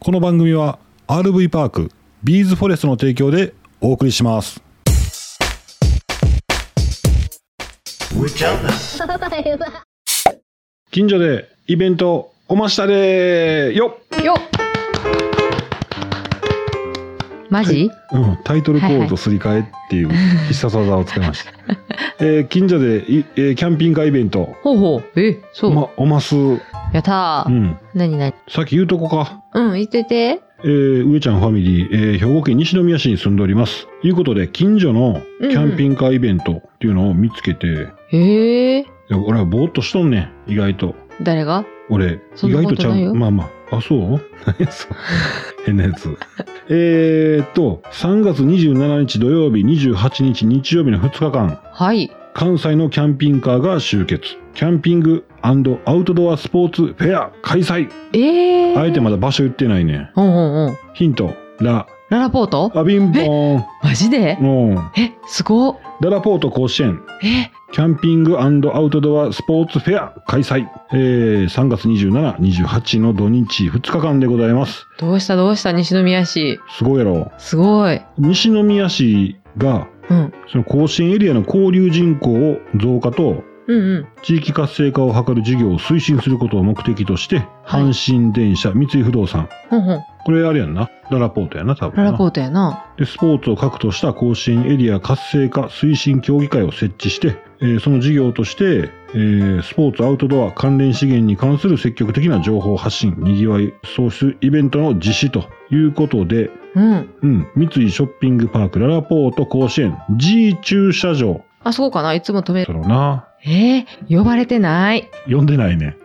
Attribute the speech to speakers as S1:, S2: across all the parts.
S1: この番組は RV パークビーズフォレストの提供でお送りします 近所でイベントおましたでよっ、
S2: よマジ、
S1: うん、タイトルコールとすり替えっていう必殺技を使いま した、えー近所でい、えーキャンピングカーイベント
S2: ほうほう。え、そ
S1: お
S2: う。
S1: まおます、う
S2: やったー。
S1: ん、
S2: なになに
S1: さっき言うとこか
S2: うん、言ってて。
S1: えー、上ちゃんファミリー、えー兵庫県西宮市に住んでおります。ということで、近所のキャンピングカーイベントっていうのを見つけて、い
S2: へえ。
S1: や俺はぼーっとしとんねん、意外と。
S2: 誰が
S1: 俺、
S2: そ
S1: 意
S2: んな
S1: 外
S2: こ
S1: と
S2: と
S1: ちゃ
S2: ないよ
S1: う。まあまあ。あ、そう 何やそう変なやつ。 えーっと、3月27日土曜日、28日日曜日の2日間、
S2: はい。
S1: 関西のキャンピングカーが集結。キャンピングアウトドアスポーツフェア開催。
S2: ええー。
S1: あえてまだ場所言ってないね。
S2: うんうんうん。
S1: ヒント、ラ、
S2: ララポート
S1: あ、ビンポン。
S2: マジで
S1: うん。
S2: え、すごっ
S1: ダラポート甲子園
S2: え、
S1: キャンピングアウトドアスポーツフェア開催、えー、3月27、28の土日2日間でございます。
S2: どうしたどうした西宮市。
S1: すごいやろ。
S2: すごい。
S1: 西宮市が、
S2: うん。
S1: その甲子園エリアの交流人口を増加と、
S2: うんうん。
S1: 地域活性化を図る事業を推進することを目的として、
S2: はい
S1: 阪神電車、三井不動産、
S2: ほんほん。
S1: これあれやんな。ダラポートやな、多分
S2: ラ
S1: な。
S2: ラポートやな。
S1: で、スポーツを核とした甲子園エリア活性化推進協議会を設置して、えーその事業として、えースポーツアウトドア関連資源に関する積極的な情報発信、にぎわい創出イベントの実施ということで、
S2: うん。
S1: うん、三井ショッピングパークララポート甲子園 G 駐車場
S2: あそこかないつも止め
S1: だ
S2: る。
S1: ろうな。
S2: えー、呼ばれてない。
S1: 呼んでないね。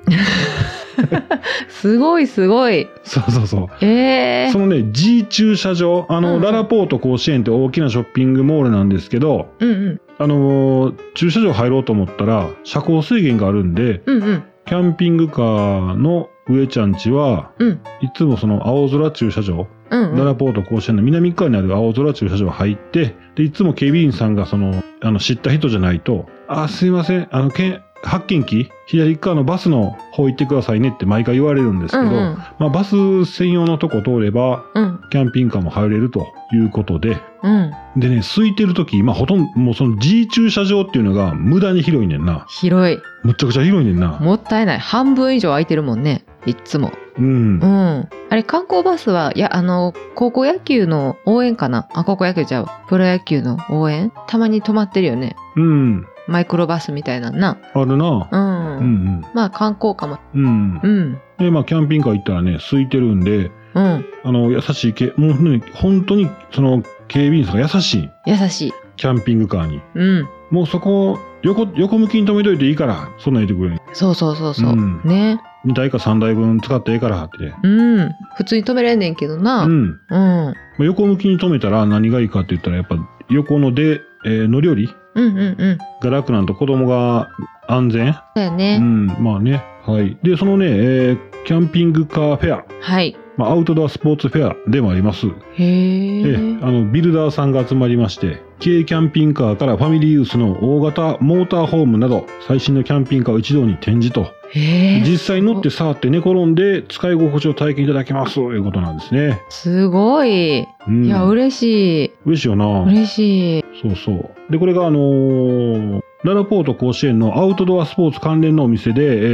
S2: すごいすごい。
S1: そうそうそう。
S2: ええ
S1: そ
S2: ー。
S1: のね、G 駐車場、あの、
S2: うん
S1: ララポート甲子園って大きなショッピングモールなんですけど、
S2: うんうん。
S1: あのー駐車場入ろうと思ったら、車高制限があるんで、
S2: うんうん。
S1: キャンピングカーの上ちゃんちは、
S2: うん。
S1: いつもその青空駐車場、
S2: うん、
S1: ラ
S2: うん。
S1: ラポート甲子園の南側にある青空駐車場入って、で、いつも警備員さんがその、あの、知った人じゃないと、あ、すいません、あの、け発見機左側のバスの方行ってくださいねって毎回言われるんですけ
S2: う
S1: ど、
S2: んうん。
S1: まあ、バス専用のとこ通れば、
S2: うん。
S1: キャンピングカーも入れるということで、
S2: うん。
S1: でね、空いてる時、まあ、ほとんど、もうその G 駐車場っていうのが無駄に広いねんな。
S2: 広い。
S1: むっちゃくちゃ広いねんな。
S2: もったいない。半分以上空いてるもんね。いっつも。
S1: うん
S2: う。ん。あれ、観光バスは、いや、あの、高校野球の応援かなあ、高校野球じゃう。プロ野球の応援たまに止まってるよね。
S1: うん。
S2: マイクロバスみたいなんな。
S1: あるな。
S2: うん。
S1: うん
S2: まあ、観光かも。
S1: うん。う。
S2: うんん。
S1: で、まあ、キャンピングカー行ったらね、空いてるんで、
S2: うん。
S1: あの、優しいけ、もう本当に、本当に、その、警備員さんが優しい。
S2: 優しい。
S1: キャンピングカーに。
S2: うん。
S1: もうそこを、横、横向きに止めといていいから、そんなん言ってくれる。
S2: そうそうそうそ
S1: う
S2: う。
S1: ん
S2: ね。
S1: 2台か3台分使ってええから、ってね。
S2: うん。普通に止めれんねんけどな。
S1: う
S2: うん。
S1: ん。
S2: うん
S1: まあ横向きに止めたら何がいいかって言ったら、やっぱ、横ので、えー乗り降り
S2: うんうん。
S1: が楽なんと子供が安全。
S2: だよ
S1: う
S2: ね。
S1: ん、まあね。はい。で、そのね、えーキャンピングカーフェア。
S2: はい。
S1: まあ、アウトドアスポーツフェアでもあります。
S2: へえ。
S1: ええあのビルダーさんが集まりまして軽キャンピングカーからファミリーユースの大型モーターホームなど最新のキャンピングカーを一堂に展示と
S2: へえ。
S1: 実際乗って触って寝転んで使い心地を体験いただけますということなんですね、
S2: すごい。い
S1: うん、
S2: や、嬉しい。
S1: 嬉しいよな
S2: 嬉しい。
S1: そうそうでこれがあのーララポート甲子園のアウトドアスポーツ関連のお店で、え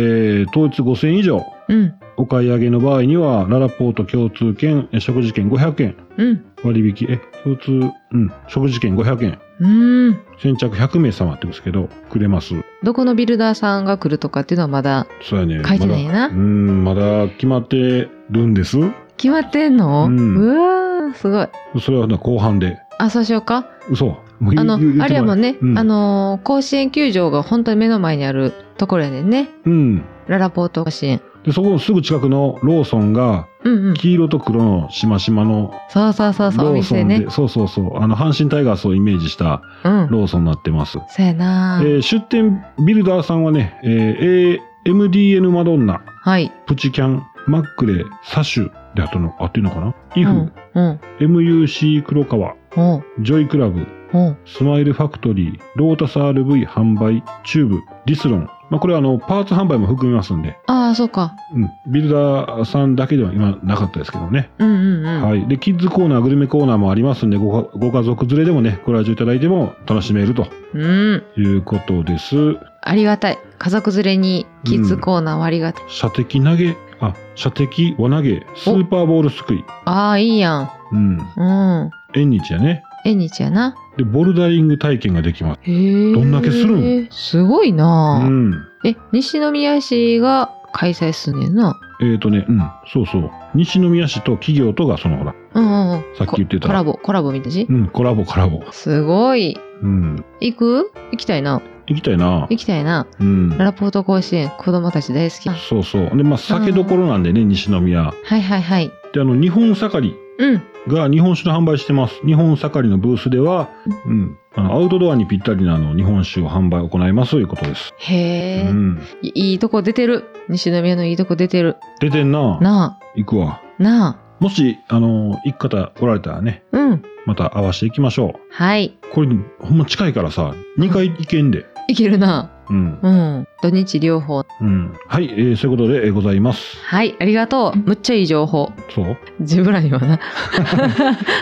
S1: ー、当日5000円以上
S2: うん。
S1: お買い上げの場合にはララポート共通券え食事券500円
S2: うん。
S1: 割引え共通うん食事券500円
S2: うん。
S1: 先着100名様って言うんですけど、くれます。
S2: どこのビルダーさんが来るとかっていうのはまだ
S1: そうやね。
S2: 書いてない
S1: まだ
S2: な
S1: うん、まだ決まってるんです。
S2: 決まってんの、
S1: う
S2: うんわーすごい。
S1: それはな後半で。
S2: あ、そうしようか。
S1: 嘘。もう言う
S2: あの
S1: 言う言うてもらえ
S2: あれやもんね、
S1: うん
S2: あのー、甲子園球場が本当に目の前にあるところやねんね。
S1: うん。
S2: ララポート甲子園。
S1: で、そこのすぐ近くのローソンが、
S2: うんうん。
S1: 黄色と黒のしましまの
S2: そうそうそ
S1: ロ
S2: うそう、お
S1: ーソ
S2: 店
S1: ンで、
S2: ね。
S1: そうそうそう、あの、阪神タイガースをイメージした
S2: うん。
S1: ローソンになってます。
S2: そうやな
S1: えー出店ビルダーさんはね、えー、A- MDN マドンナ、
S2: はい。
S1: プチキャン、マックレ、サシュであとの、合ってるのかなイ
S2: う
S1: フ、
S2: ん。うん。
S1: MUC 黒川、
S2: うん。
S1: ジョイクラブ、
S2: うん。
S1: スマイルファクトリー、ロータス RV 販売、チューブ、ディスロン、ままあ、これはあの、パーツ販売も含みますんで、
S2: ああ、そうか。
S1: うん。ビルダーさんだけでは今なかったですけどね。
S2: うんうんうん。
S1: はい。で、キッズコーナー、グルメコーナーもありますんで、ごかご家族連れでもね、ご来場いただいても楽しめると
S2: うん。
S1: いうことです。
S2: ありがたい。家族連れにキッズコーナーはありがたい。
S1: 射的投げ、あ、射的輪投げ、スーパーボールすくい。
S2: ああ、いいやん。
S1: うん。
S2: うん。
S1: 縁日やね。
S2: 縁日やな。
S1: で、ボルダリング体験ができます。
S2: へえ。
S1: どんだけする
S2: んすごいうな、
S1: ん。
S2: え、西宮市が開催すんねんな。
S1: えーとね、うん、そうそう。西宮市と企業とが、そのほら、
S2: うんうんうん。
S1: さっき言ってた
S2: ココラボ、コラボみたいなし
S1: うん、コラボコラボ。
S2: すごい。
S1: うん。
S2: 行く行きたいな。
S1: 行きたいな。
S2: 行きたいな。
S1: うん。
S2: ララポート甲子園、子供たち大好き。は
S1: そうそう。で、まあ、酒どころなんでね、西宮。
S2: いはいはい。
S1: で、あの、日本盛り
S2: うん。
S1: が日本酒の販売してます。日本盛りのブースでは、うん、あのアウトドアにぴったりなあの日本酒を販売を行いますということです。
S2: へえ、
S1: うん。
S2: いいいとこ出てる。西宮のいいとこ出てる。
S1: 出てんな。
S2: な
S1: 行くわ。
S2: あ、なあ。
S1: もし、あの、行く方おられたらね、
S2: うん。
S1: また会わしていきましょ
S2: はい。
S1: う。これ、ほんま近いからさ、2回行けんで。
S2: いけるな。
S1: うん。
S2: うん。土日両方。
S1: うん。はい、えーそういうことでえーございます。
S2: はい、ありがとう。むっちゃいい情報。
S1: そう
S2: 自分らにはな。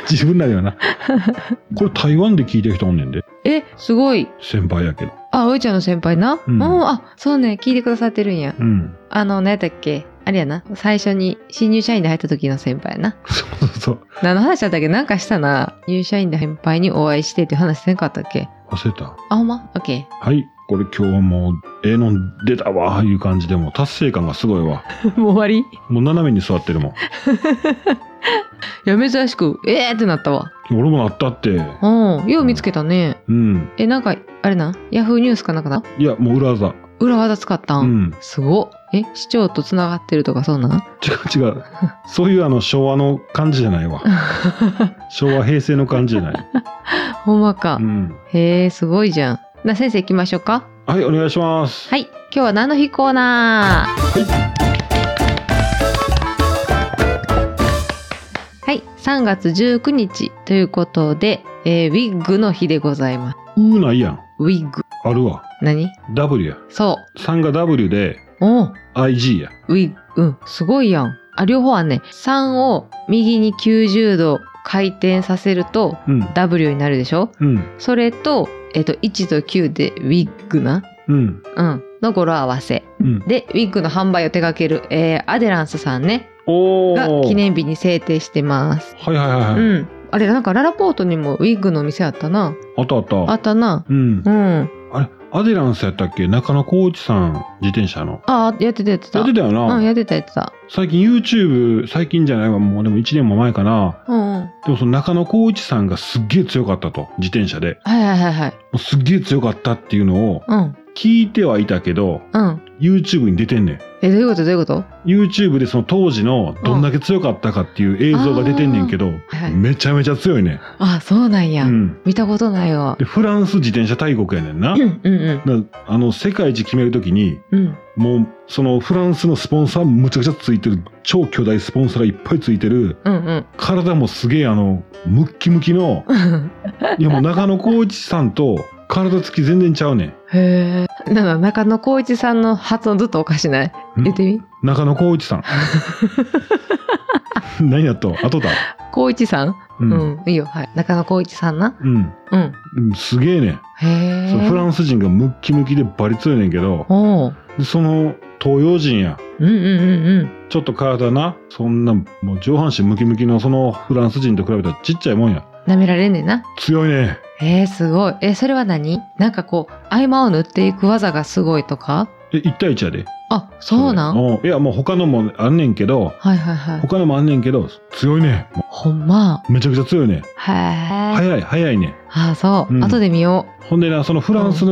S1: 自分なりは な。これ台湾で聞いてる人おんねんで。
S2: え、すごい。
S1: 先輩やけど。
S2: あ、おいちゃんの先輩な。
S1: う
S2: うんん、あ、そうね。聞いてくださってるんや。
S1: うん。
S2: あの、何やったっけあれやな。最初に新入社員で入った時の先輩やな。
S1: そうそうそう。
S2: 何の話だったっけなんかしたな。入社員で先輩にお会いしてっていう話せんかったっけ
S1: 忘れた。
S2: あ、ほんまオッケ
S1: はい。これ今日はもう、ええの出たわ、いう感じでもう達成感がすごいわ。
S2: ー。 もう終わり
S1: もう斜めに座ってるもん。
S2: いや、珍しく、えーってなったわ。
S1: 俺もなったって。
S2: うん。よう見つけたね。
S1: うん。
S2: え、なんか、あれな。ヤフーニュースかなんかない
S1: や、もう裏技。
S2: 裏技使った。
S1: うんん。
S2: すごっ。え、市長と繋がってるとかそうなん
S1: 違う違う。そういうあの昭和の感じじゃない わ。昭和平成の感じじゃない。
S2: ほんまか。
S1: うん。
S2: へえ、すごいじゃん。な、先生行きましょうか。
S1: はい、お願いします。
S2: はい。今日は何の日コーナーはい。3月19日ということで、えーウィッグの日でございます。
S1: うーないやん。
S2: ウィッグ。
S1: あるわ。
S2: 何
S1: W や。
S2: そ
S1: 3が W で
S2: う。おう
S1: IG や。
S2: ウィッグ。うん。すごいやん。あ、両方はね、3を右に90度回転させると
S1: うん。
S2: W になるでしょ
S1: うん。
S2: それと、えっ、と、1と9でウィッグな。
S1: うん。
S2: うん。の語呂合わせ。
S1: うん。
S2: で、ウィッグの販売を手掛ける、えーアデランスさんね、
S1: お
S2: が
S1: ー。
S2: 記念日に制定してます。
S1: はいはいはいは
S2: う
S1: い。
S2: ん。あれ、なんかララポートにもウィッグのお店あったな。
S1: あったあった。
S2: あったな。
S1: うん
S2: う。ん。
S1: あれ、アデランスやったっけ中野浩一さん、自転車の。
S2: ああ、やってたやってた。
S1: やってたよな。
S2: うん、やってたやってた。
S1: 最近 YouTube、最近じゃないわ、もうでも1年も前かな。
S2: うんうん。
S1: でもその中野浩一さんがすっげえ強かったと、自転車で。
S2: はいはいはいはい。
S1: もうすっげえ強かったっていうのを
S2: うん。
S1: 聞いてはいたけど、
S2: うん。
S1: YouTube に出てんねん。
S2: え、どういうことどういうこと
S1: YouTube でその当時のどんだけ強かったかっていう映像が出てんねんけど、
S2: あーはい
S1: めちゃめちゃ強いね。
S2: あ、そうなんや。
S1: うん。
S2: 見たことないわ。
S1: で、フランス自転車大国やねん な
S2: う。んうんうん。
S1: だあの、世界一決めるときに、
S2: うん。
S1: もう、そのフランスのスポンサーむちゃくちゃついてる、超巨大スポンサーがいっぱいついてる、
S2: うんうん。
S1: 体もすげえあの、ムッキムキの、いやもう中野浩一さんと体つき全然ちゃうね
S2: へえ。なんだ、中野浩一さんの発音ずっとおかしない
S1: ん。
S2: 言ってみ
S1: ん中野浩一さん。 何やと後だ。
S2: 浩一さん
S1: う。
S2: うんん、いいよ。はい。中野浩一さんな。
S1: うん。
S2: うん。
S1: うんすげえねん。
S2: へえ。
S1: そのフランス人がムッキムキでバリ強いねんけど、
S2: おう
S1: でその東洋人や、
S2: うんうんうん
S1: ちょっと体な、そんな、もう上半身ムキムキのそのフランス人と比べたらちっちゃいもんや。
S2: うん。舐められんねんな。
S1: 強いね。
S2: えー、すごい。え、それは何なんかこう、合間を縫っていく技がすごいとか
S1: え、1対1やで。
S2: あ、そうなんはい
S1: うんいや、もう他のもあんねんけど、
S2: はいはい。
S1: 他のもあんねんけど、強いね。も
S2: ほんま。
S1: うめちゃくちゃ強いね。
S2: へえ。
S1: 早い、早いね。
S2: あ、そう。
S1: うん
S2: 後で見よ
S1: ほんでな、そのフランス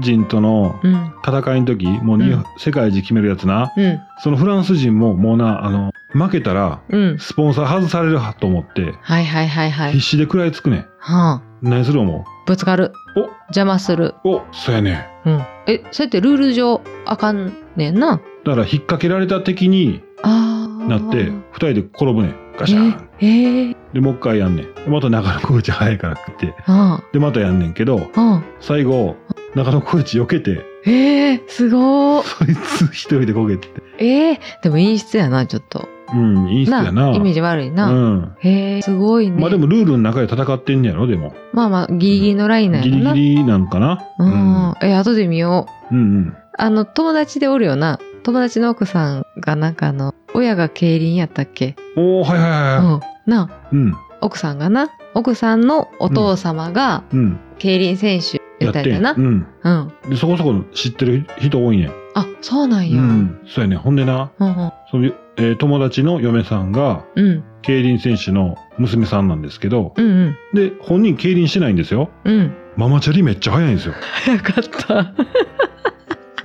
S1: 人との
S2: う。うん。
S1: 戦いの時、もうに
S2: うん
S1: 世界一決めるやつな、
S2: うん。
S1: そのフランス人ももうな、あの、負けたら、
S2: うん。
S1: スポンサー外されるはと思って、
S2: はいはいはいはい。
S1: 必死で食らいつくねん。
S2: はあ。
S1: 何する思
S2: ぶつかる。
S1: お
S2: 邪魔する。
S1: うお、そうやね。
S2: うん。え、そうやってルール上あかんねんな。
S1: だから引っ掛けられた敵に
S2: ああ。
S1: なって、二人で転ぶねん。ガシャン。
S2: えー、えー。
S1: で、もう一回やんねん。でまた中野浩一早いから食って。
S2: あ
S1: で、またやんねんけど、
S2: あ。うん。
S1: 最後、中野浩一避けて、
S2: えー、すごー。
S1: そいつ一人でこけてて。
S2: えー、でも陰湿やな、ちょっと。
S1: うん、いいっすやな。
S2: イメージ悪いうな。
S1: ん。
S2: へえ、すごいね。
S1: まあでもルールの中で戦ってんねやろ、でも。
S2: まあまあ、ギリギリのラインなん
S1: ギ
S2: や
S1: リ
S2: な。
S1: ギリなんかな。
S2: うん。え、後で見よう。
S1: うん。うんうん。
S2: あの、友達でおるよな。友達の奥さんがなんかあの、親が競輪やったっけ
S1: おー、はいは
S2: う
S1: いは
S2: ん。な、
S1: い。うん。
S2: 奥さんがな。奥さんのお父様が
S1: うん。
S2: 競輪選手
S1: やっ
S2: やったん
S1: て
S2: や
S1: ん。
S2: な。
S1: うん。
S2: うん。
S1: で、そこそこ知ってる人多いねん。
S2: あ、そうなん
S1: う
S2: や。うん。
S1: ん。そうやね。ほんでな、
S2: うん。
S1: その、えー友達の嫁さんが、
S2: うん。
S1: 競輪選手の娘さんなんですけど、
S2: うん。うん。
S1: で、本人競輪してないんですよ。
S2: うん。
S1: ママチャリめっちゃ速いんですよ。
S2: 早かった。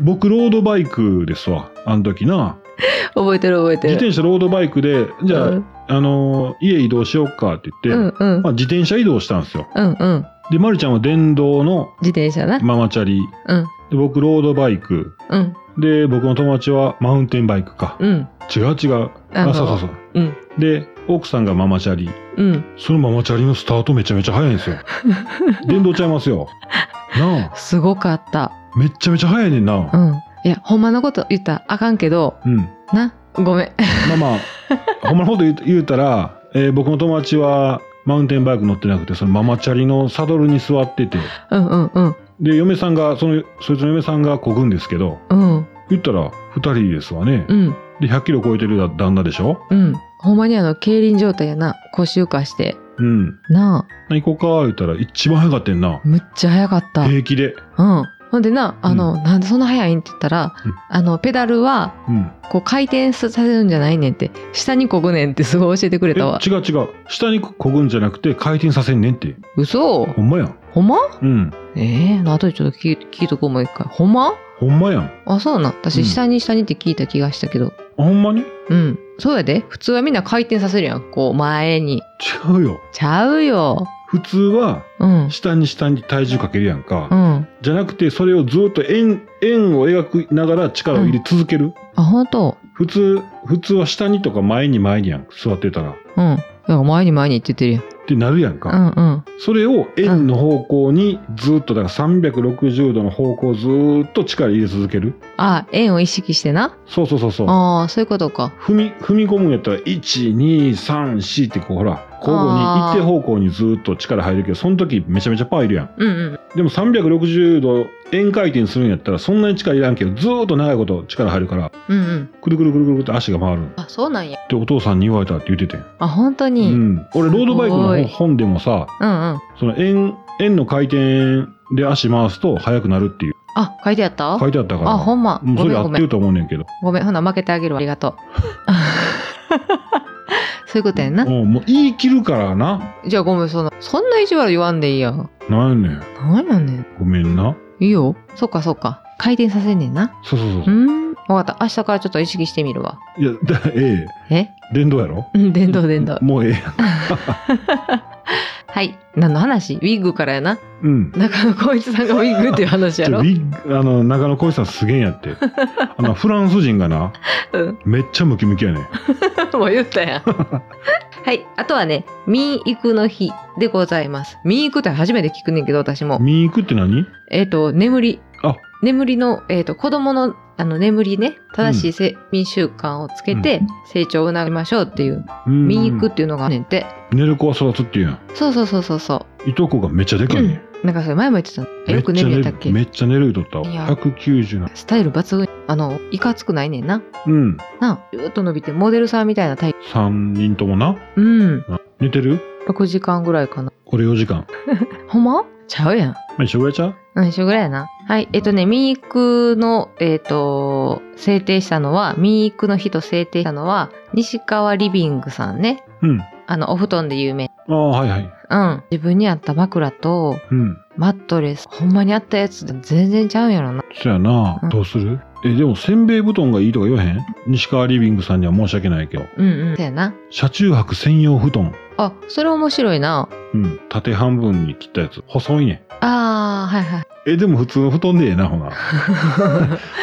S1: 僕、ロードバイクですわ。あの時な。
S2: 覚えてる覚えて
S1: 自
S2: る。
S1: 転車、ロードバイクで、じゃあ、
S2: うん
S1: あのー家移動しようかって言
S2: う
S1: って、
S2: んうん
S1: ま。あ、自転車移動したんですよ。
S2: うんうん。
S1: で、まるちゃんは電動の
S2: 自転車な。
S1: ママチャリ。
S2: うん。
S1: で、僕、ロードバイク。
S2: うん。
S1: で、僕の友達はマウンテンバイクか。
S2: うん。
S1: 違う違う。
S2: あ
S1: あ、
S2: の
S1: そうそうそう。
S2: うん。
S1: で、奥さんがママチャリ。
S2: うん。
S1: そのママチャリのスタートめちゃめちゃ速いんですよ。電動ちゃいますよ。なあ、
S2: すごかった。
S1: めっちゃめちゃ速いねんな。
S2: うん。いや、ほんまのこと言ったらあかんけど、
S1: うん。
S2: な、ごめん。
S1: まあまあ、ほんまのこと言う言うたら、えー僕の友達はマウンテンバイク乗ってなくて、そのママチャリのサドルに座ってて、
S2: うんうんうん。
S1: で、嫁さんが、その、そいつの嫁さんがこぐんですけど、
S2: うん。
S1: 言ったら二人ですわね
S2: う。ん。
S1: で、100キロ超えてる旦那でしょ
S2: うん。ほんまにあの、競輪状態やな。腰浮かして。
S1: うん。
S2: なあ、
S1: 行こうか、言ったら一番速かったんな。
S2: むっちゃ早かった。うん。
S1: 平気で。
S2: ほんでな、あの、なんでそんな早いんって言ったら、
S1: うん
S2: あの、ペダルは、
S1: うん。
S2: こう回転させるんじゃないねんって、下にこぐねんってすごい教えてくれ
S1: え
S2: たわ。
S1: 違う違う。下にこぐんじゃなくて回転させんねんって。
S2: 嘘
S1: ほんまやん。
S2: ほんま
S1: うん。
S2: ええ後でちょっと聞い聞いとこうもう一回。ほんま
S1: ほんまやん。
S2: あ、そうなん。
S1: う
S2: 私、
S1: ん
S2: 下に下にって聞いた気がしたけど。
S1: あほんまに
S2: うん。そうやで。普通はみんな回転させるやん。こう、前に。
S1: 違うよ。
S2: ちゃうよ。
S1: 普通は、
S2: うん。
S1: 下に下に体重かけるやんか。
S2: うん。
S1: じゃなくて、それをずっと円、円を描きながら力を入れ続ける。
S2: あ、ほんと。
S1: 普通、普通は下にとか前に前にやん。座ってたら。っ
S2: うん。だから前に前にって言ってるやん。
S1: てなるやんか。
S2: うんうん。
S1: それを円の方向にずっと、だから360度の方向をずっと力入れ続ける。
S2: あ、円を意識してな。
S1: そうそうそうそう。
S2: ああ、そういうことか。
S1: 踏み、踏み込むんやったら、1、2、3、4ってこう、ほら、交互に
S2: あ
S1: 一
S2: ー
S1: 定方向にずーっと力入るけど、その時めちゃめちゃパワーいるやん。
S2: うんうん。
S1: でも360度円回転するんやったら、そんなに力いらんけど、ずーっと長いこと力入るから、
S2: うんうん。
S1: くるくるくるくるって足が回る。っ
S2: あ、そうなんや。
S1: てお父さんに言われたって言っててん。
S2: あ、本当
S1: う
S2: に。うん、
S1: ん。俺、ロードバイク
S2: すご
S1: の
S2: い
S1: 本でもさ、
S2: うんうん
S1: その円、円の回転で足回すと速くなるっていう、
S2: あ、書いてあった
S1: 書いてあったから。
S2: あ、ほんま。
S1: もう
S2: ご
S1: そ
S2: め
S1: れ合
S2: んご
S1: って
S2: めん。
S1: ると思うねんけど。
S2: ごめん。ほな、負けてあげるわ。ありがとう。 そういうことやんな
S1: う。ん、もう言い切るからな。
S2: じゃあごめん、その、そんな意地悪言わんでいいやん。
S1: なんやねん。
S2: なんやねん。
S1: ごめんな。
S2: いいよ。そっかそっか。回転させんねんな。
S1: そうそうそう
S2: う
S1: そう。
S2: ん。わかった。明日からちょっと意識してみるわ。
S1: いや、だ、ええ
S2: え
S1: 電動やろ
S2: うん、電動電動。
S1: もうええやん。
S2: はい。何の話ウィッグからやな。
S1: うん。
S2: 中野光一さんがウィッグっていう話や
S1: じゃ
S2: ろ
S1: あウ。ィッグあの、中野浩一さんすげえんや って。あの、フランス人がな、
S2: うん。
S1: めっちゃムキムキやね。
S2: もう言ったやん。 はい。あとはね、ミーイクの日でございます。ミーイクって初めて聞くねんけど、私も。
S1: ミークって何
S2: えっ、と、眠り。
S1: あ
S2: 眠りの、えっ、と、子供の、あの、眠りね、正しい睡眠習慣をつけて、成長を促しましょうっていう、
S1: うん
S2: ミーイクっていうのがあんねんて。
S1: 寝る子は育つっていうやん。
S2: そうそうそうそうそう。
S1: いとこがめっちゃでかいね。
S2: なんかそれ前も言ってたのよく眠れたっけ
S1: めっちゃ寝るめっちゃ寝る言うとった
S2: い
S1: わ。
S2: や
S1: 190な。
S2: スタイル抜群あのいかつくないねんな
S1: うん。
S2: なあずーっと伸びてモデルさんみたいなタイプ
S1: 3人ともな。
S2: うん
S1: 寝てる
S2: 6時間ぐらいかな
S1: 俺4時間。
S2: ほんまちゃうやん
S1: まあ、一緒ぐらいちゃう
S2: うん一緒ぐらいやなはいえっとねミークのえっと制定したのはミークの日と制定したのは西川リビングさんね
S1: うん。
S2: あのお布団で有名
S1: ああ、はいはい。
S2: うん自分に合った枕と
S1: うん。
S2: マットレスほんまに合ったやつで全然ちゃうんやろな
S1: そやな
S2: う。ん
S1: どうするえ、でも、せんべい布団がいいとか言わへん西川リビングさんには申し訳ないけど。
S2: うんうんそうやな
S1: 車中泊専用布団。
S2: あそれ面白いな
S1: うん。縦半分に切ったやつ。細いね。
S2: あーはいはい
S1: え、でも普通の布団でええな、ほ な。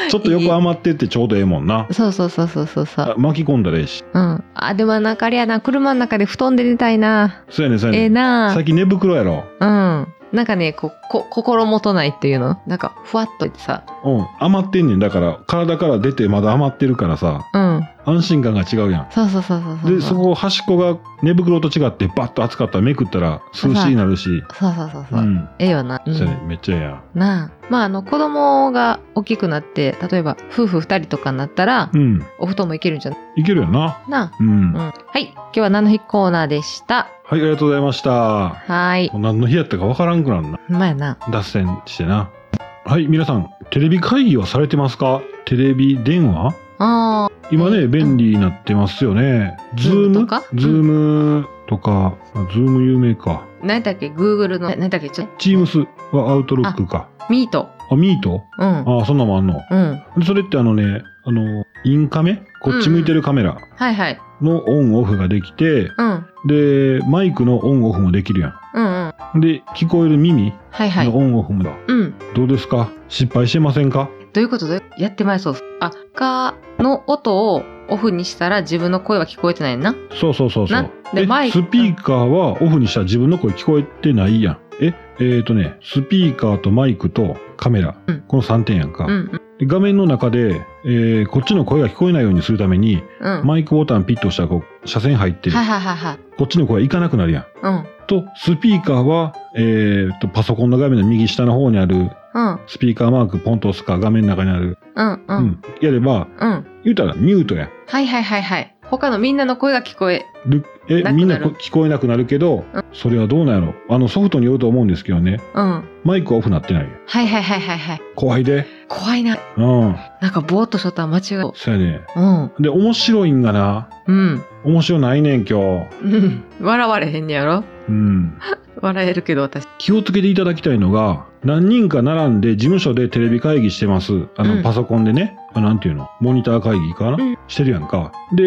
S1: ちょっと横余ってってちょうどええもんな。
S2: そうそうそうそうそうそ
S1: あ
S2: う。
S1: 巻き込んだらええし。
S2: うん。あ、でもなんかあれやな、車の中で布団で寝たいな。
S1: そうやねんそうや
S2: ええ
S1: ねん。
S2: な
S1: 最近寝袋やろ。
S2: うん。なんかね、こ、こ、心もとないっていうのなんか、ふわっといてさ。
S1: うん。余ってんねん。だから、体から出てまだ余ってるからさ、
S2: うん。
S1: 安心感が違うやん。
S2: そうそうそうそうそう。
S1: で、そこ端っこが寝袋と違ってバッと熱かったらめくったら涼しいなるし。
S2: そうそうそうそうう。
S1: ん。
S2: ええよな。うん
S1: それめっちゃええやん。
S2: なあ。まあ、あの、子供が大きくなって、例えば、夫婦二人とかになったら、
S1: うん。
S2: お布団もいけるんじゃない
S1: いけるよな。
S2: な
S1: うん。
S2: あ。うん。
S1: はい、
S2: はい。今日は何の日コーナーでした。
S1: ありがとうございました。
S2: はーい。
S1: もう何の日やったかわからんくなんな。
S2: うまいな。
S1: 脱線してな。はい、皆さん、テレビ会議はされてますかテレビ電話
S2: ああ。
S1: 今ね、
S2: うん
S1: 便利になってますよね。ズー
S2: Zoom
S1: ム
S2: とか
S1: ズームとか、ズーム有名か。
S2: 何だっけ ?Google の、な何だっけちょっと、
S1: チームスはアウトロックか。
S2: ミート。
S1: あ、ミート
S2: うん。
S1: あ、そんなもんあんの。
S2: うん。
S1: でそれってあのね、あの、インカメこっち向いてるカメラ
S2: はいはい。
S1: のオンオフができて、
S2: うん。
S1: で、マイクのオンオフもできるや
S2: うんうん。
S1: ん。で、聞こえる耳
S2: はいは
S1: の
S2: い。
S1: オンオフもだ。
S2: うん。
S1: どうですか失敗してませんか
S2: どういうことどういうやってまいそう。あ、かの音をオフにしたら自分の声は聞こえてないな。
S1: そうそうそうそ
S2: な
S1: う。
S2: で
S1: え
S2: マイク
S1: スピーカーはオフにしたら自分の声聞こえてないやん。え、えー、とね、スピーカーとマイクとカメラ、
S2: うん
S1: この3点やんか、
S2: うんうん。
S1: で画面の中で、えーこっちの声が聞こえないようにするために、
S2: うん。
S1: マイクボタンピッと押したらこう、車線入って、
S2: はいはいはいはい。
S1: こっちの声がいかなくなるやん。
S2: うん。
S1: と、スピーカーは、えー、と、パソコンの画面の右下の方にある、
S2: うん。
S1: スピーカーマークポンと押すか、画面の中にある、
S2: うん。う。
S1: うんん、やれば、
S2: うん。
S1: 言うたらミュートやん。
S2: はいはいはいはい。他のみんなの声が聞こえ。
S1: るえ
S2: なくなる
S1: みんなこ聞こえなくなるけど、それはどうなんやろあのソフトによると思うんですけどね
S2: うん。
S1: マイクはオフなってないよ
S2: はいはいはいはいはい。
S1: 怖いで
S2: 怖いな。
S1: うん
S2: なんかぼーっとしとったら間違う。
S1: そうやね
S2: うん。
S1: で面白いんがな
S2: うん。
S1: 面白ないねん今日
S2: うん。笑われへんねやろ
S1: うん
S2: 笑えるけど私。
S1: 気をつけていただきたいのが何人か並んで事務所でテレビ会議してますあの、
S2: うん
S1: パソコンでねあなんていうのモニター会議かな、
S2: うん
S1: してるやんかでえ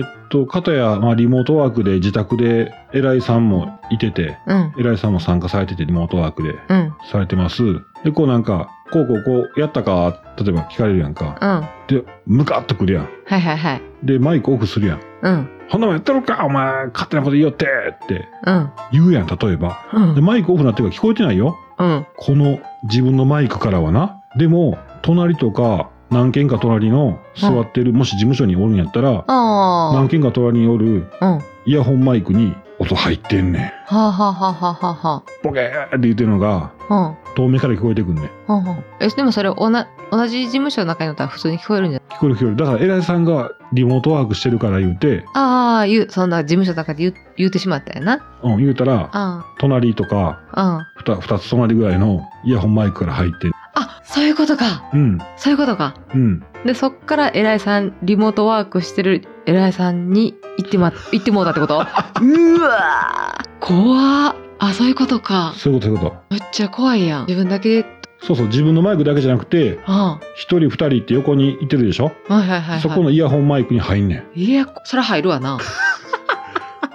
S1: ーっと片や、まあ、リモートワークで自宅で偉いさんもいてて
S2: うん。
S1: 偉いさんも参加されててリモートワークで
S2: うん。
S1: されてます。で、こうなんか、こうこうこうやったか、例えば聞かれるやんか。
S2: うん。
S1: で、ムカッとくるやん。
S2: はいはいはい。
S1: で、マイクオフするやん。
S2: うん。
S1: ほんなもんやってるかお前、勝手なこと言いよってって
S2: うん。
S1: 言うやん、例えば。
S2: うん
S1: で、。マイクオフなってるから聞こえてないよ。
S2: うん。
S1: この自分のマイクからはな。でも、隣とか、何軒か隣の座ってる、もし事務所におるんやったら、
S2: あ
S1: 何軒か隣におる
S2: あ。うん。は
S1: イヤホンマイクに音入ってんねん。
S2: あ、はあはあはあは
S1: ボケーって言ってるのが、
S2: あ、は
S1: 遠目から聞こえてくんねん。
S2: あ。うん。うんうん。え、でもそれ、おな、同じ事務所の中におったら普通に聞こえるんじゃない
S1: 聞こえる聞こえる。だから、偉いさんがリモートワークしてるから言うて、
S2: ああ、言う、そんな事務所の中で言う、言うてしまったよな。
S1: うん、言うたら、
S2: あ
S1: 隣とか、
S2: あ、ああ。
S1: ふた二つ隣ぐらいのイヤホンマイクから入って、
S2: あ、そういうことか。
S1: うん、
S2: そういうことか。
S1: うん、
S2: で、そっから偉いさん、リモートワークしてる偉いさんに行ってま、行ってもうたってこと うーわー怖っあ、そういうことか。
S1: そういうこと、そういうこ
S2: めっちゃ怖いやん。自分だけ、
S1: と。そうそう、自分のマイクだけじゃなくて、
S2: あ
S1: 一人二人って横にいてるでしょ、
S2: あ。はいはいはい、はい。
S1: そこのイヤホンマイクに入んねん。
S2: いや、そら入るわな。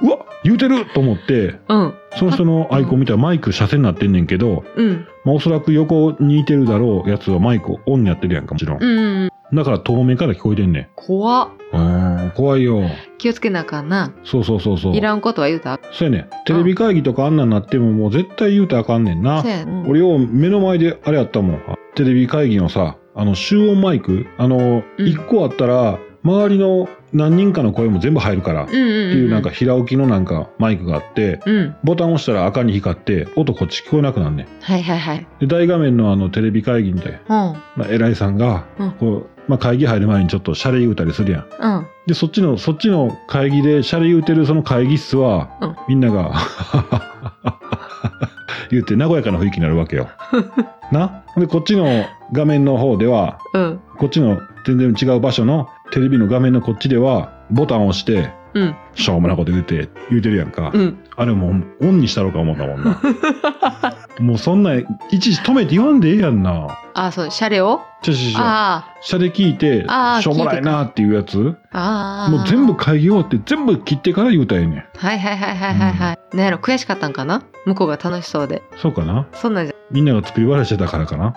S1: うわ言うてると思って、
S2: うん。
S1: その人のアイコン見たらマイク斜線になってんねんけど、
S2: うん。
S1: まあ、おそらく横にいてるだろうやつはマイクをオンにやってるやんか、もちろん。
S2: うん。
S1: だから遠目から聞こえてんね
S2: 怖っ
S1: ん。うん、怖いよ。
S2: 気をつけなあかんな。
S1: そうそうそうそう。
S2: いらんことは言うたら
S1: そうやね。テレビ会議とかあんなんなってももう絶対言うたらあかんねん
S2: あ
S1: な
S2: かん。。せんうん
S1: 俺よ、目の前であれやったもん。テレビ会議のさ、あの、集音マイクあの、
S2: うん
S1: 一個あったら、周りの何人かの声も全部入るから、って
S2: うんうんうん。
S1: いうなんか。平置きのなんかマイクがあって、
S2: うん。
S1: ボタン押したら赤に光って、音こっち聞こえなくなんねん。
S2: はいはいはい。
S1: で、大画面のあの、テレビ会議で、
S2: うん。
S1: まあ、偉いさんが
S2: うん、
S1: こう、まあ、会議入る前にちょっとシャレ言うたりするやん。
S2: うん。
S1: で、そっちの、そっちの会議でシャレ言うてるその会議室は、
S2: うん
S1: みんなが、 言って和やかな雰囲気になるわけ よ。なで、こっちの画面の方では、
S2: うん。
S1: こっちの全然違う場所のテレビの画面のこっちでは、ボタンを押して、
S2: うん。
S1: しょうもないこと言うて、言うてるやんか。
S2: うん。
S1: あれもうオンにしたろうか思ったもん な。もうそんなん、いちいち止めて言わんでええやんな。
S2: あ、そう、シャレを
S1: ちょちょちょ、
S2: あ
S1: シャレ聞いて
S2: あ、ー
S1: しょうもないなっていうやつ
S2: あ。ああ。
S1: もう全部。会議終わって全部切ってから言うたらええねん。
S2: はいはいはいはいはいはい。なんやろ、悔しかったんかな向こうが楽しそうで。
S1: そうかな
S2: そんなんじ
S1: みんなが作り笑いしてたからかな。
S2: ゃ。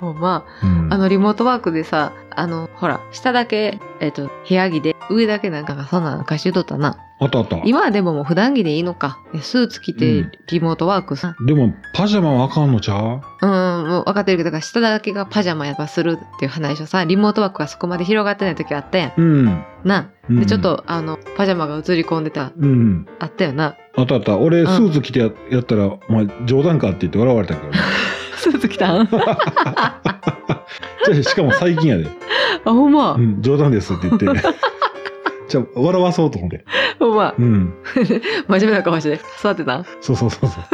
S2: もうまあ、
S1: うん、
S2: あの、リモートワークでさ、あの、ほら、下だけ、えっ、と、部屋着で、上だけなんかが、そんなん昔言うとったな。
S1: あったあった。
S2: 今はでももう普段着でいいのか。スーツ着
S1: う
S2: て
S1: ん
S2: リモートワークさ。
S1: でも、パジャマはあかんのちゃ
S2: うん、もう分かってるけど、だから下だけがパジャマやっぱするっていう話をさ、リモートワークがそこまで広がってない時あったやん。
S1: ううん。
S2: な
S1: うん
S2: で、ちょっ。と、あの、パジャマが映り込んでた、
S1: うん。
S2: あったよな。
S1: あったあった。俺、
S2: ん
S1: スーツ着てややったら、まあ、冗談かって言って笑われたけどね。
S2: スーツ着たん あ、
S1: じゃあしかも最近やで。
S2: ほんま。
S1: うん、冗談ですって言 って。じゃあ、笑わそうと思って。
S2: ほんま。
S1: うん。
S2: 真面目な顔して、座ってたん
S1: そうそうそうそう。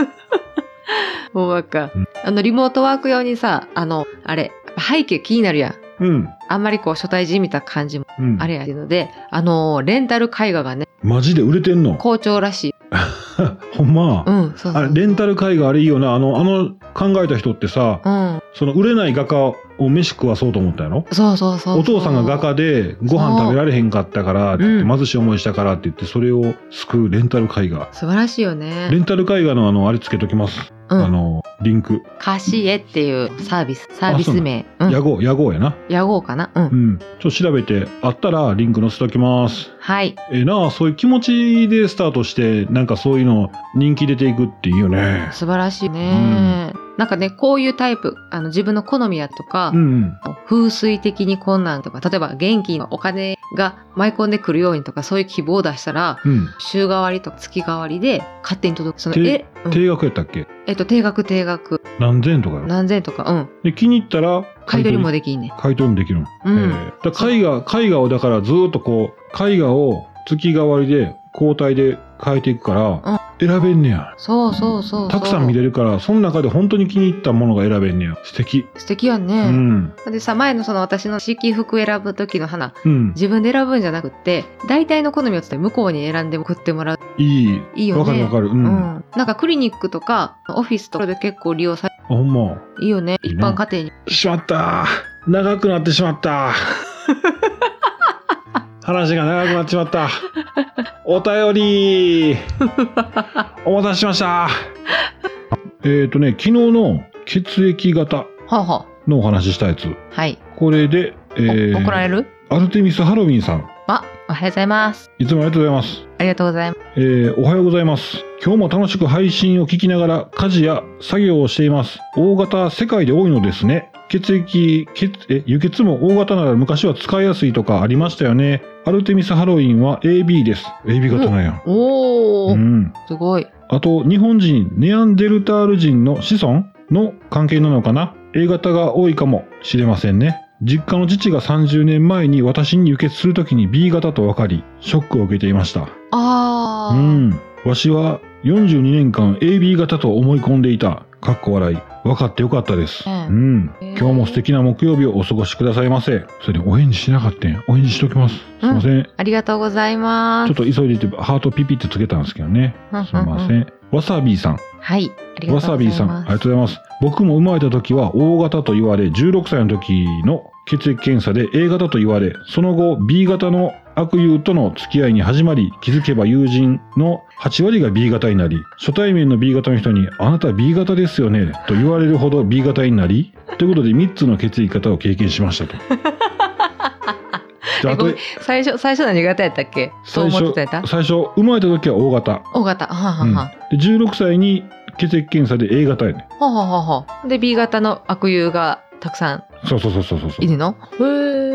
S2: ほんまか
S1: うん。
S2: あの、リモートワーク用にさ、あの、あれ、背景気になるやん。
S1: うん。
S2: あんまりこう、初対人みた感じも
S1: うん。
S2: あれやけどで、あの、レンタル絵画がね、
S1: マジで売れてんの
S2: 好調らしい。
S1: ほんま。
S2: うん、そうそう。
S1: あれ、レンタル絵画あれいいよな。あの、あの、考えた人ってさ、
S2: うん。
S1: その売れない画家を飯食わそうと思ったやろ
S2: そうそうそうそう。
S1: お父さんが画家でご飯食べられへんかったからって言って
S2: うん
S1: 貧しい思いしたからって言ってそれを救うレンタル絵画
S2: 素晴らしいよね。
S1: レンタル絵画のあのあれつけときます、
S2: う
S1: あ
S2: ん。
S1: のリンク
S2: カシエっていうサービス、サービス名。う
S1: 野
S2: ん。
S1: 号野号やな
S2: やごうかな。う。
S1: うんんちょっと調べてあったらリンク載せときます
S2: はい。
S1: ええなあそういう気持ちでスタートしてなんかそういうの人気出ていくっていいよね
S2: 素晴らしいね。なんかね、こういうタイプ、あの、自分の好みやとか
S1: う、ん
S2: 風水的に困難とか、例えば現金、お金が舞い込んでくるようにとか、そういう希望を出したら、
S1: うん
S2: 週替わりとか月替わりで勝手に届く。その、
S1: て
S2: え、うん
S1: 定額やったっけ
S2: えっと、定額定額、
S1: 何千円とかよ
S2: 何千円とか、うん。
S1: で気に入ったら
S2: 買い取りも
S1: で
S2: できんね。
S1: 買い取りもできるの
S2: う
S1: え
S2: ん。
S1: ーだから絵画、絵画をだからずーっとこう、絵画を月替わりで交代で変えていくから、選べんねや。
S2: そうそうそうそう。
S1: たくさん見れるから、その中で本当に気に入ったものが選べんねや。素敵。
S2: 素敵や
S1: う
S2: ね。
S1: ん。
S2: でさ、前のその私の式服選ぶ時の花、
S1: うん。
S2: 自分で選ぶんじゃなくって、大体の好みをつって向こうに選んで送ってもらう。
S1: いい。
S2: いいよね。
S1: わかるわかる。う。
S2: うん
S1: あ、
S2: ん。なんかクリニックとか、オフィスとかで結構利用され
S1: ほんま。
S2: いいよね。
S1: い
S2: 一
S1: いな
S2: 般家庭に。
S1: しまった長くなってしまった 話が長くなってしまったお便りお待たせしましたえっとね、昨日の血液型
S2: はあ、は
S1: のお話ししたやつ。
S2: あ、はい。
S1: これで、え
S2: お
S1: ー
S2: 怒られる
S1: アルテミス・ハロウィンさん。
S2: あ、おはようございます。
S1: いつもありがとうございます。
S2: ありがとうございます。
S1: えーおはようございます。今日も楽しく配信を聞きながら家事や作業をしています。大型世界で多いのですね。血液、血、え、輸血も大型なら昔は使いやすいとかありましたよね。アルテミス・ハロウィンは AB です。AB 型なんや。
S2: お
S1: う
S2: ー、
S1: ん。
S2: すごい。
S1: あと、日本人、ネアンデルタール人の子孫の関係なのかな ?A 型が多いかもしれませんね。実家の父が30年前に私に輸血するときに B 型と分かり、ショックを受けていました。
S2: あ
S1: う
S2: ー。
S1: ん。わしは42年間 AB 型と思い込んでいた。かっこ笑い。分かってよかったです。
S2: うん
S1: うん。
S2: へー
S1: 今日も素敵な木曜日をお過ごしくださいませ。それにお返事しなかったんやお返事しときます。すいません。ち
S2: ありがとうございま
S1: ょ
S2: す
S1: っ。と急いでて、ハートピピってつけたんですけどね。
S2: うん
S1: すいま
S2: う
S1: せ。
S2: うん
S1: わさびーさん。
S2: はい。ありがとうご
S1: わ
S2: ざいます。
S1: さびさん、ありがとうございます。僕も生まれた時は O 型と言われ、16歳の時の血液検査で A 型と言われ、その後 B 型の悪友との付き合いに始まり、気づけば友人の8割が B 型になり、初対面の B 型の人に、あなた B 型ですよね、と言われるほど B 型になり、ということで3つの血液型を経験しましたと。であと
S2: えごめん最初、最初の苦手やったっけそう
S1: 最
S2: 思っ
S1: 初
S2: てたやつ
S1: 最初、生まれた時は O 型。
S2: O 型。はあはあ
S1: うん
S2: はあ
S1: で16歳に血液検査で A 型やね。
S2: ほうほうほうほう。で、B 型の悪友がたくさん
S1: そうそうそうそうそうそう
S2: い。るのへえ、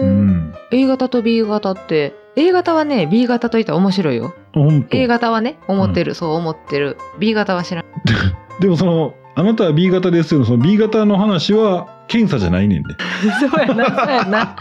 S1: うん。
S2: A 型と B 型って、A 型はね、B 型といったら面白いよ。
S1: 本当
S2: A 型はね、思ってる、そう思ってる。B 型は知らん。
S1: でもそのあなたは B 型ですよその B 型の話は検査じゃないねんで、
S2: そうやな、そう やな。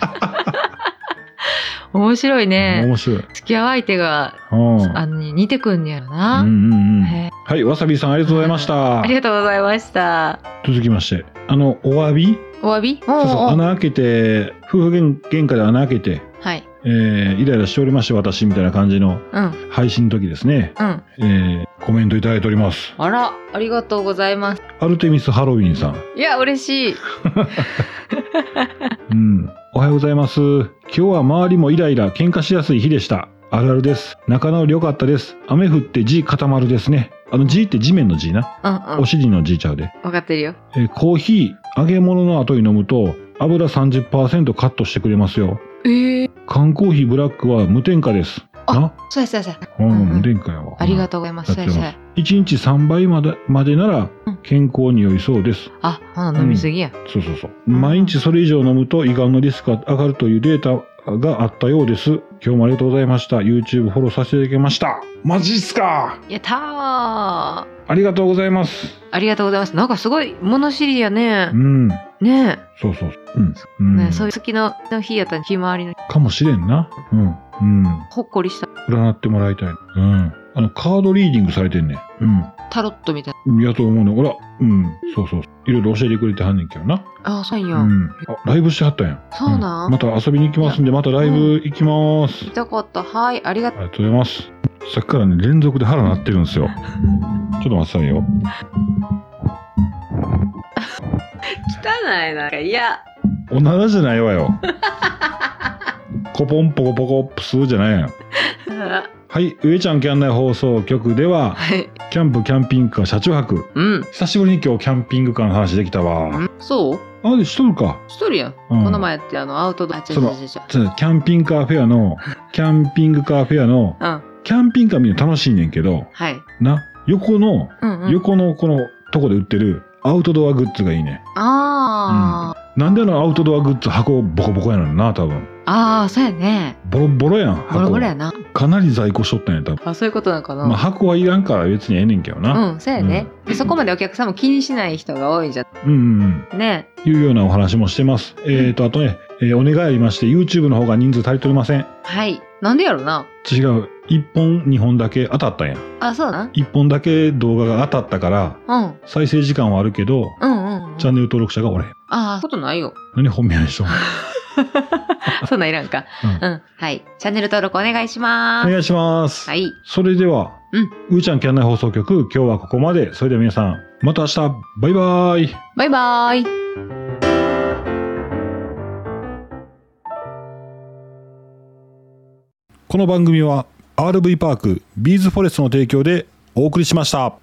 S2: 面白いね。
S1: 面白い、
S2: 付き合う相手が、
S1: うん、
S2: あの、似てくんねやろな。
S1: うんうんうん
S2: へえ
S1: はいわさびさんありがとうございました
S2: ありがとうございました。
S1: 続きましてあのお詫び
S2: お詫び
S1: そうそう
S2: おうおう
S1: 穴開けて夫婦げん喧嘩で穴開けて、
S2: はい。
S1: えー、イライラしておりまして私みたいな感じの
S2: うん。
S1: 配信の時ですね、
S2: うん。
S1: えー、コメントいただいております
S2: あら、ありがとうございます。
S1: アルテミスハロウィンさん
S2: いや、嬉しい。
S1: うん。おはようございます。今日は周りもイライラ、喧嘩しやすい日でした。あるあるです。仲直り良かったです。雨降って地固まるですね。あの地って地面の地な。
S2: うんうん。
S1: お尻の地ちゃうで。
S2: わかってるよ。
S1: えーコーヒー、揚げ物の後に飲むと、油30%カットしてくれますよ。
S2: ええ
S1: 缶コーヒーブラックは無添加です。な。
S2: そうやそうやそうや。
S1: うん、
S2: うん
S1: でんかいは。
S2: ありがとうございます。そう
S1: やっ
S2: や
S1: て
S2: そう
S1: ま
S2: や
S1: す。。1日3杯までまでなら
S2: うん
S1: 健康に良いそうです。
S2: あ、ほな飲みすぎや。
S1: そうそうそう。
S2: うん
S1: 毎日それ以上飲むと胃がんのリスクが上がるというデータがあったようです。今日もありがとうございました。YouTube フォローさせていただきました。マジっすか
S2: やったーあ
S1: ありがとうございます。
S2: りがとうございます。なんかすごい物知りやね
S1: う。ん。
S2: ね
S1: そうそうそう。うん。
S2: え。
S1: うん
S2: ねえそういう月のの日やったらひまわりの
S1: かもしれんな。うん。うん。
S2: ほっこりした
S1: 占ってもらいたい。うん。あの、カードリーディングされてんね。
S2: タロットみたい
S1: うん。やと思うね。ほら。うん。そうそうそう。いろいろ教えてくれてはんねんけどな。
S2: な。あ、そう
S1: う
S2: や。ん、
S1: ん。あ、ライブしてはったんや。
S2: そうなん、
S1: うんまた遊びに行きますんで、またライブ行きます。
S2: 見たかった。はい、ありがと
S1: ありがとうございます。さっきからね、連続で腹鳴ってるんですよ。ちょっと待ってくださいよ。
S2: う。汚いなんか、いや。
S1: おならじゃないわよ。コポンポコポコプスじゃないやんはい、上ちゃんキャン内放送局では、
S2: はい。
S1: キャンプキャンピングカー車中泊。
S2: うん。
S1: 久しぶりに今日キャンピングカーの話できたわ。
S2: そう
S1: あ、しとるか。
S2: 一人やん。
S1: うん
S2: この前やって、あの、アウトドア。あ、違う
S1: その
S2: 違う違う違う。
S1: ちょキャンピングカーフェアの、キャンピングカーフェアの、
S2: うん。
S1: キャンピングカー見るの楽しいねんけど、
S2: はい。
S1: な、横の、
S2: うん、うん。
S1: 横のこのとこで売ってるアウトドアグッズがいいねん。
S2: あー、
S1: なんであのアウトドアグッズ箱ボコボコやのにな多分
S2: あー、そうやね。
S1: ボロボロやん箱
S2: ボロボロやな。
S1: かなり在庫しとったんや多分、
S2: あ、そういうことなんかな。
S1: まあ、箱はいらんから別にええねんけどな、
S2: うん、そうやね、でそこまでお客さんも気にしない人が多いじゃ
S1: うん、うんうん
S2: ん。ね。
S1: いうようなお話もしてますえっ、ー、とあとね、えーお願いありまして YouTube の方が人数足りておりません
S2: はい。なんでやろな。
S1: 違う1本2本だけ当たったんや
S2: あ、そうだ
S1: 1本だけ動画が当たったから
S2: な。うん。
S1: 再生時間はあるけど
S2: うんうんうん。
S1: チャンネル登録者がおれへん
S2: ああ、ことないよ。
S1: 何本命にしとんの
S2: そんなんいらんか。
S1: う
S2: うん。はい。チャンネル登録お願いしま
S1: お
S2: す。
S1: 願いします、
S2: はい。
S1: それでは、
S2: うん
S1: うーちゃんキャンナイ放送局、今日はここまで。それでは皆さん、また明日、バイバイ。
S2: バイバーイ。
S1: この番組は、RV パーク、ビーズフォレストの提供でお送りしました。